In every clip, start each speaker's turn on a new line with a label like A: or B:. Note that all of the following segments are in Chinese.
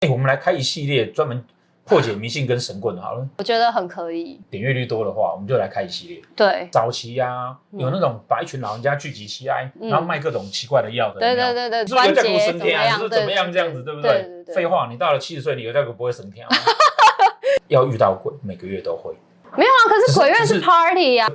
A: 哎、我们来开一系列专门破解迷信跟神棍的好了。
B: 我觉得很可以。
A: 点阅率多的话，我们就来开一系列。
B: 对，
A: 早期啊，
B: 嗯
A: 有那种把一群老人家聚集起来，
B: 嗯
A: 然后卖各种奇怪的药的，
B: 对
A: 有没有
B: 对对对，
A: 是不是
B: 关
A: 油价股
B: 节
A: 升
B: 怎么
A: 天啊？
B: 样？
A: 是
B: 对
A: 不是怎么样这样子，对不
B: 对？
A: 对
B: 对？对
A: 废话，你到了七十岁，你油价股不会升天啊？ 要遇到鬼，每个月都会
B: 没有啊，可
A: 只
B: 是
A: 是
B: 鬼月
A: 只
B: 是
A: 是
B: party 呀、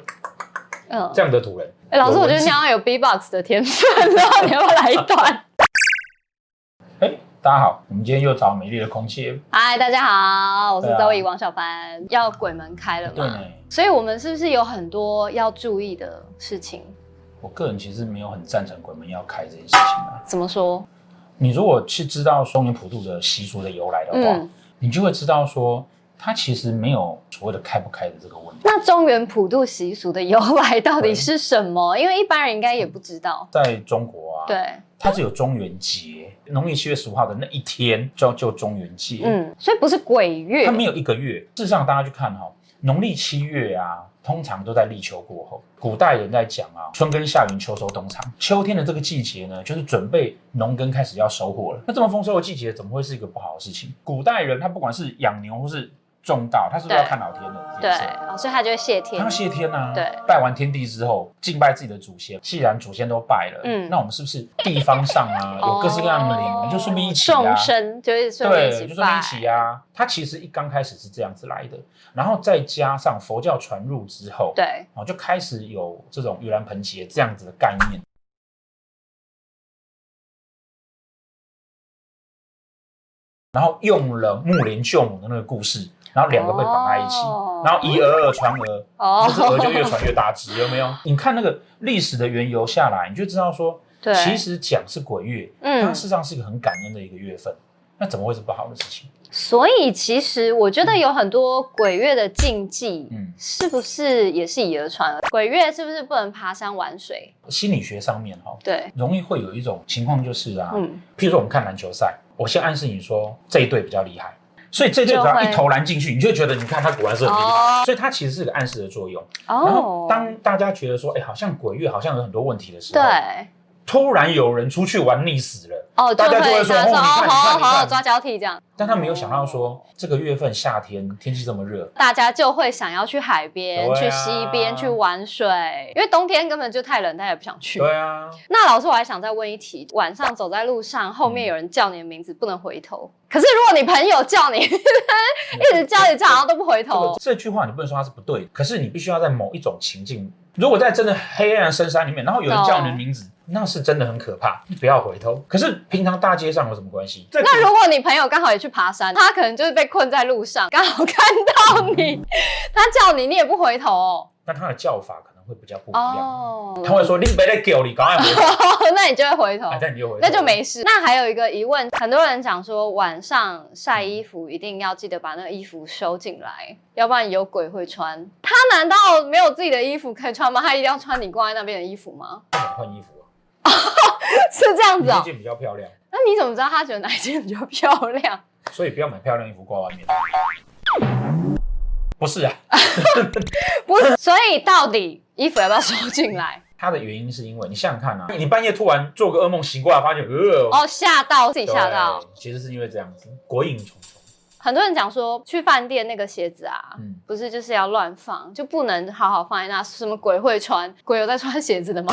B: 嗯，
A: 这样的土人。
B: 哎，老师，
A: 有
B: 我
A: 文
B: 觉得
A: 字
B: 你好像有 B-box 的天分，然后你要不要来一段？
A: 哎、大家好，我们今天又找美丽的空气，
B: 嗨，大家好，我是
A: 对啊
B: 周怡王小凡。要鬼门开了
A: 对
B: 嘛
A: 呢？，
B: 所以我们是不是有很多要注意的事情？
A: 我个人其实没有很赞成鬼门要开这件事情啊。
B: 怎么说？
A: 你如果去知道双年普渡的习俗的由来的话，
B: 嗯，
A: 你就会知道说，它其实没有所谓的开不开的这个问题。
B: 那中原普渡习俗的由来到底是什么？因为一般人应该也不知道。
A: 在中国啊，，
B: 对，
A: 它是有中元节，农历七月十五号的那一天叫就中元节，，
B: 嗯，所以不是鬼月
A: 它，没有一个月。事实上，大家去看哈、农历七月啊，通常都在立秋过后。古代人在讲啊，春耕夏耘，秋收冬藏。秋天的这个季节呢，就是准备农耕开始要收获了。那这么丰收的季节，怎么会是一个不好的事情？古代人他不管是养牛或是种稻，他是不是要
B: 对
A: 看老天的
B: 对
A: 脸色？
B: 哦，所以他就会谢天
A: 他要。谢天呐、啊，
B: 对
A: 拜完天地之后，敬拜自己的祖先，既然祖先都拜了，
B: 嗯
A: 那我们是不是地方上啊有各式各样的灵，我们就顺便一起啊
B: 哦众，生就是顺便一
A: 对，
B: 起
A: 就顺便
B: 拜
A: 一，起啊。它其实一刚开始是这样子来的，然后再加上佛教传入之后，，
B: 对，
A: 哦，就开始有这种盂兰盆节这样子的概念。然后用了木莲救母的那个故事，然后两个被绑在一起，
B: 哦
A: 然后以讹而传讹，
B: 哦
A: 这鹅就越传越大只，有没有？你看那个历史的缘由下来，你就知道说，
B: 对，
A: 其实讲是鬼月，它
B: 嗯
A: 事，实上是一个很感恩的一个月份，那怎么会是不好的事情？
B: 所以其实我觉得有很多鬼月的禁忌，
A: 嗯
B: 是不是也是以讹传讹？鬼月是不是不能爬山玩水？
A: 心理学上面哈、
B: 对，
A: 容易会有一种情况就是啊，
B: 嗯，
A: 譬如说我们看篮球赛，我先暗示你说这一队比较厉害。所以这队只要
B: 就会
A: 一投篮进去，你就会觉得你看他果然是很厉害，
B: 哦
A: 所以它其实是一个暗示的作用。然
B: 哦
A: 后，当大家觉得说，哎，好像鬼月好像有很多问题的时
B: 对
A: 候，，突然有人出去玩溺死了，
B: 哦，
A: 大家就会说
B: 大
A: 哦你看你
B: 家说
A: 看
B: 好
A: 你
B: 好好
A: 看
B: 抓交替这样，
A: 但他没有想到说，这个月份夏天天气这么热，
B: 大家就会想要去海边、
A: 对啊
B: 去溪边、去玩水，因为冬天根本就太冷，大家也不想去。
A: 对啊，
B: 那老师，我还想再问一题：晚上走在路上，后
A: 嗯
B: 面有人叫你的名字，不能回头。可是如果你朋友叫你， 一直叫你叫，然后都不回
A: 这个
B: 头，
A: 这句话你不能说它是不对的，可是你必须要在某一种情境，如果在真的黑暗的深山里面，然后有人叫你的名
B: 哦
A: 字，那是真的很可怕，你不要回头。可是平常大街上有什么关系？这
B: 那如果你朋友刚好也去爬山，他可能就是被困在路上，刚好看到你， 他叫你，你也不回头哦。
A: 那他的叫法可能会比较不一样，
B: 哦
A: 他会说你别来叫你，赶快回头，
B: 那你就会回头。
A: 哎但你又回头，
B: 那就没事。那还有一个疑问，很多人讲说晚上晒衣服一定要记得把那个衣服收进来，要不然有鬼会穿。他难道没有自己的衣服可以穿吗？他一定要穿你挂在那边的衣服吗？
A: 想换衣服啊，
B: 是这样
A: 你
B: 子哦
A: 这、件比较漂亮，
B: 那你怎么知道他觉得哪一件比较漂亮？
A: 所以不要买漂亮衣服挂外面。不是啊，
B: 不是，所以到底衣服要不要收进来？
A: 它的原因是因为你想想看啊，你半夜突然做个噩梦醒过来，发现呃，
B: 哦，吓到自己吓到。
A: 对，其实是因为这样子，鬼影重重。
B: 很多人讲说去饭店那个鞋子啊。
A: 嗯，
B: 不是，就是要乱放，就不能好好放在那。什么鬼会穿？鬼有在穿鞋子的吗？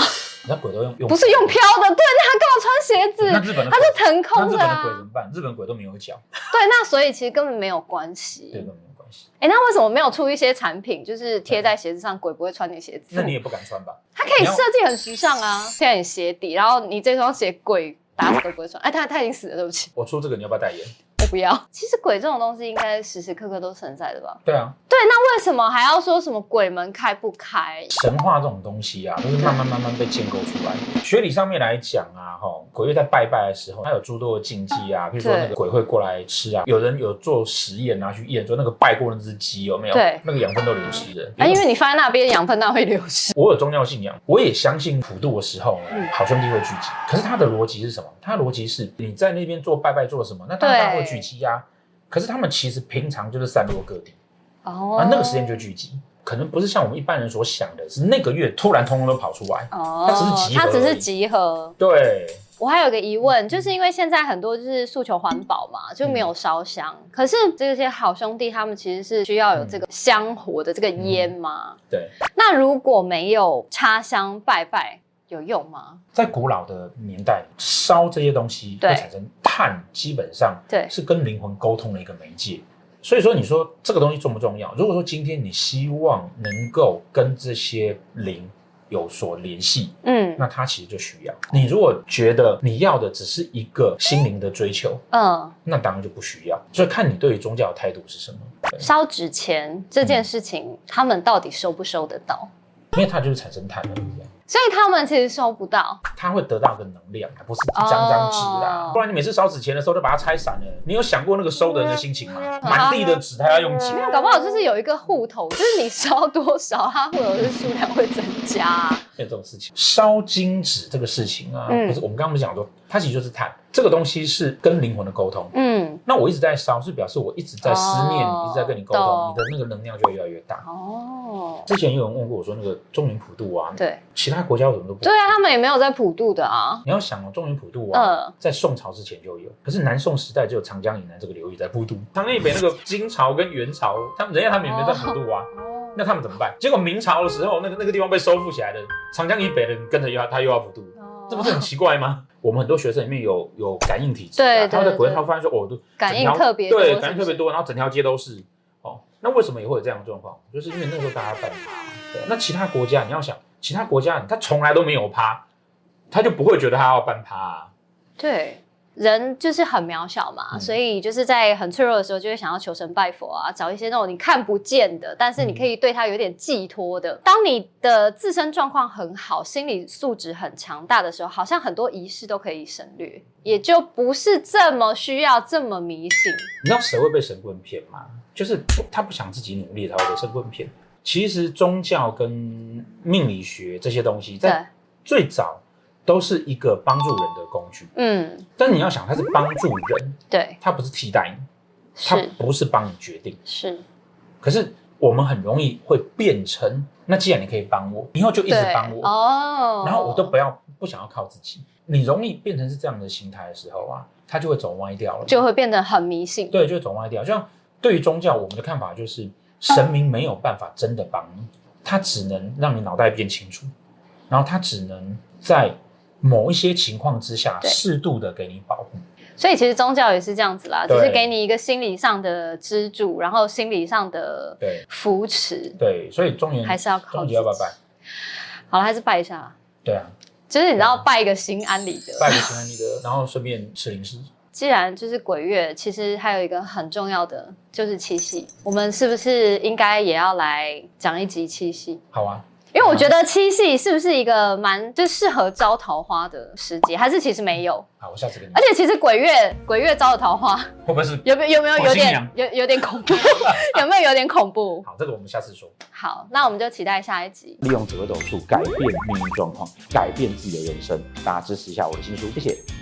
A: 那鬼都用用
B: 不是用飘的，对，他干嘛穿鞋
A: 那
B: 子？
A: 日本的
B: 他
A: 鬼
B: 就腾
A: 那
B: 空
A: 日
B: 着
A: 本的鬼怎
B: 啊。
A: 么办？日本鬼都没有脚，
B: 对，那所以其实根本没有关
A: 对，
B: 系
A: 跟。没有关系。
B: 哎，那为什么没有出一些产品，就是贴在鞋子上，鬼不会穿你鞋子
A: 那？你也不敢穿吧？
B: 它可以设计很时尚啊，现在你鞋底，然后你这双鞋鬼打死都不会穿。哎，他他已经死了，对不起，
A: 我出这个你要不要代言？
B: 我不要。其实鬼这种东西应该时时刻刻都存在的吧？
A: 对啊，
B: 对，那为什么还要说什么鬼门开不开？
A: 神话这种东西啊，都是慢慢慢慢被建构出来。学理上面来讲啊，哈，鬼月在拜拜的时候，它有诸多的禁忌啊，比如说
B: 对
A: 那个鬼会过来吃啊，有人有做实验啊，去验说那个拜过那只鸡有没有，
B: 对
A: 那个养分都流失了。
B: 啊，因为你放在那边养分，那会流失。
A: 我有宗教信仰，我也相信普渡的时候呢
B: 嗯，
A: 好兄弟会聚集。可是他的逻辑是什么？他的逻辑是你在那边做拜拜做什么？那当然
B: 对
A: 大家会聚集啊。可是他们其实平常就是散落各地，
B: 哦
A: 啊，那个时间就聚集，可能不是像我们一般人所想的，是那个月突然通通都跑出来。
B: 哦，
A: 它只是集合
B: 它只
A: 而
B: 是
A: 已
B: 集合。
A: 对，
B: 我还有个疑问，就是因为现在很多就是诉求环保嘛，就没有烧香。可是这些好兄弟他们其实是需要有这个香火的这个烟吗？
A: 对，
B: 那如果没有插香拜拜，有用吗？
A: 在古老的年代，烧这些东西
B: 对
A: 会产生碳，基本上
B: 对
A: 是跟灵魂沟通的一个媒介。所以说，你说这个东西重不重要？如果说今天你希望能够跟这些灵有所联系，
B: 嗯
A: 那它其实就需要。你如果觉得你要的只是一个心灵的追求，
B: 嗯，
A: 那当然就不需要。所以看你对于宗教的态度是什么，对
B: 烧纸钱这件事情，他们到底收不收得到？
A: 因为它就是产生碳的力量。
B: 所以他们其实收不到。
A: 它会得到的能量，不是一张张纸啦。
B: 哦
A: 不然你每次烧纸钱的时候都把它拆散了，你有想过那个收的人的心情
B: 嗯
A: 吗？满地的纸，他要用钱。
B: 搞不好就是有一个户头，就是你烧多少，它户头的数量会增加、啊
A: 有这种事情，烧金纸这个事情啊，
B: 嗯
A: 不是我们刚刚不是讲说，它其实就是碳，这个东西是跟灵魂的沟通。
B: 嗯，
A: 那我一直在烧，是表示我一直在思念你，
B: 哦
A: 一直在跟你沟通，你
B: 懂
A: 的那个能量就会越来越大。
B: 哦，
A: 之前有人问过我说，那个中原普渡啊，
B: 对，
A: 其他国家为什么都不？
B: 对啊，他们也没有在普渡的啊。
A: 你要想哦，中原普渡啊，
B: 嗯
A: 在宋朝之前就有，可是南宋时代只有长江以南这个流域在普渡，长江以北那个金朝跟元朝，他们人家他们也没在普渡啊。
B: 哦
A: 那他们怎么办？结果明朝的时候，那个那个地方被收复起来了，长江以北的人跟着又要他又要普渡，
B: 哦
A: 这不是很奇怪 吗？我们很多学生里面有有感应体质、啊，
B: 对对
A: 他们在国内
B: 对
A: 他们发现说，哦，都
B: 感应
A: 整条
B: 特别多
A: 对，
B: 是不
A: 感应特别
B: 是
A: 多，然后整条街都是。哦，那为什么也会有这样的状况？就是因为那时候大家在趴。对，那其他国家你要想，其他国家他从来都没有趴，他就不会觉得他要办趴、啊。
B: 对，人就是很渺小嘛，
A: 嗯
B: 所以就是在很脆弱的时候，就会想要求神拜佛啊，找一些那种你看不见的，但是你
A: 嗯
B: 可以对他有点寄托的。当你的自身状况很好，心理素质很强大的时候，好像很多仪式都可以省略，也就不是这么需要这么迷信。
A: 你知道谁会被神棍骗吗？就是不他不想自己努力，他会被神棍骗。其实宗教跟命理学这些东西，在
B: 对，
A: 最早都是一个帮助人的工具，
B: 嗯，
A: 但你要想，它是帮助人，
B: 对，
A: 它不是替代你，它
B: 是
A: 不是帮你决定。
B: 是，
A: 可是我们很容易会变成，那既然你可以帮我，以后就一直
B: 对
A: 帮我，
B: 哦，
A: 然后我都不要不想要靠自己。你容易变成是这样的心态的时候啊，它就会走歪掉了，
B: 就会变得很迷信。
A: 对，就会走歪掉。就像对于宗教，我们的看法就是，神明没有办法真的帮你，他只能让你脑袋变清楚，然后他只能在某一些情况之下
B: 对
A: 适度的给你保护。
B: 所以其实宗教也是这样子啦，只
A: 对
B: 是给你一个心理上的支柱，然后心理上的
A: 对
B: 扶持，
A: 对，所以中原
B: 还是要靠
A: 中
B: 自己。
A: 原要不要拜？
B: 好了，还是拜一下啦。
A: 对啊，
B: 就是你知道拜一个心安理得。
A: 拜个平安弥德，然后顺便吃零食。
B: 既然就是鬼月，其实还有一个很重要的就是七夕，我们是不是应该也要来讲一集七夕？
A: 好啊，
B: 因为我觉得七夕是不是一个蛮就适合招桃花的时节，还是其实没有？
A: 好，我下次跟你
B: 而。且其实鬼月鬼月招的桃花
A: 会不会是？
B: 有没有有没有
A: 火
B: 有
A: 星娘
B: 点有有点恐怖？ 有没有有点恐怖？
A: 好，这个我们下次说。
B: 好，那我们就期待下一集。
C: 利用紫微斗数改变命运状况，改变自己的人生。大家支持一下我的新书，谢谢。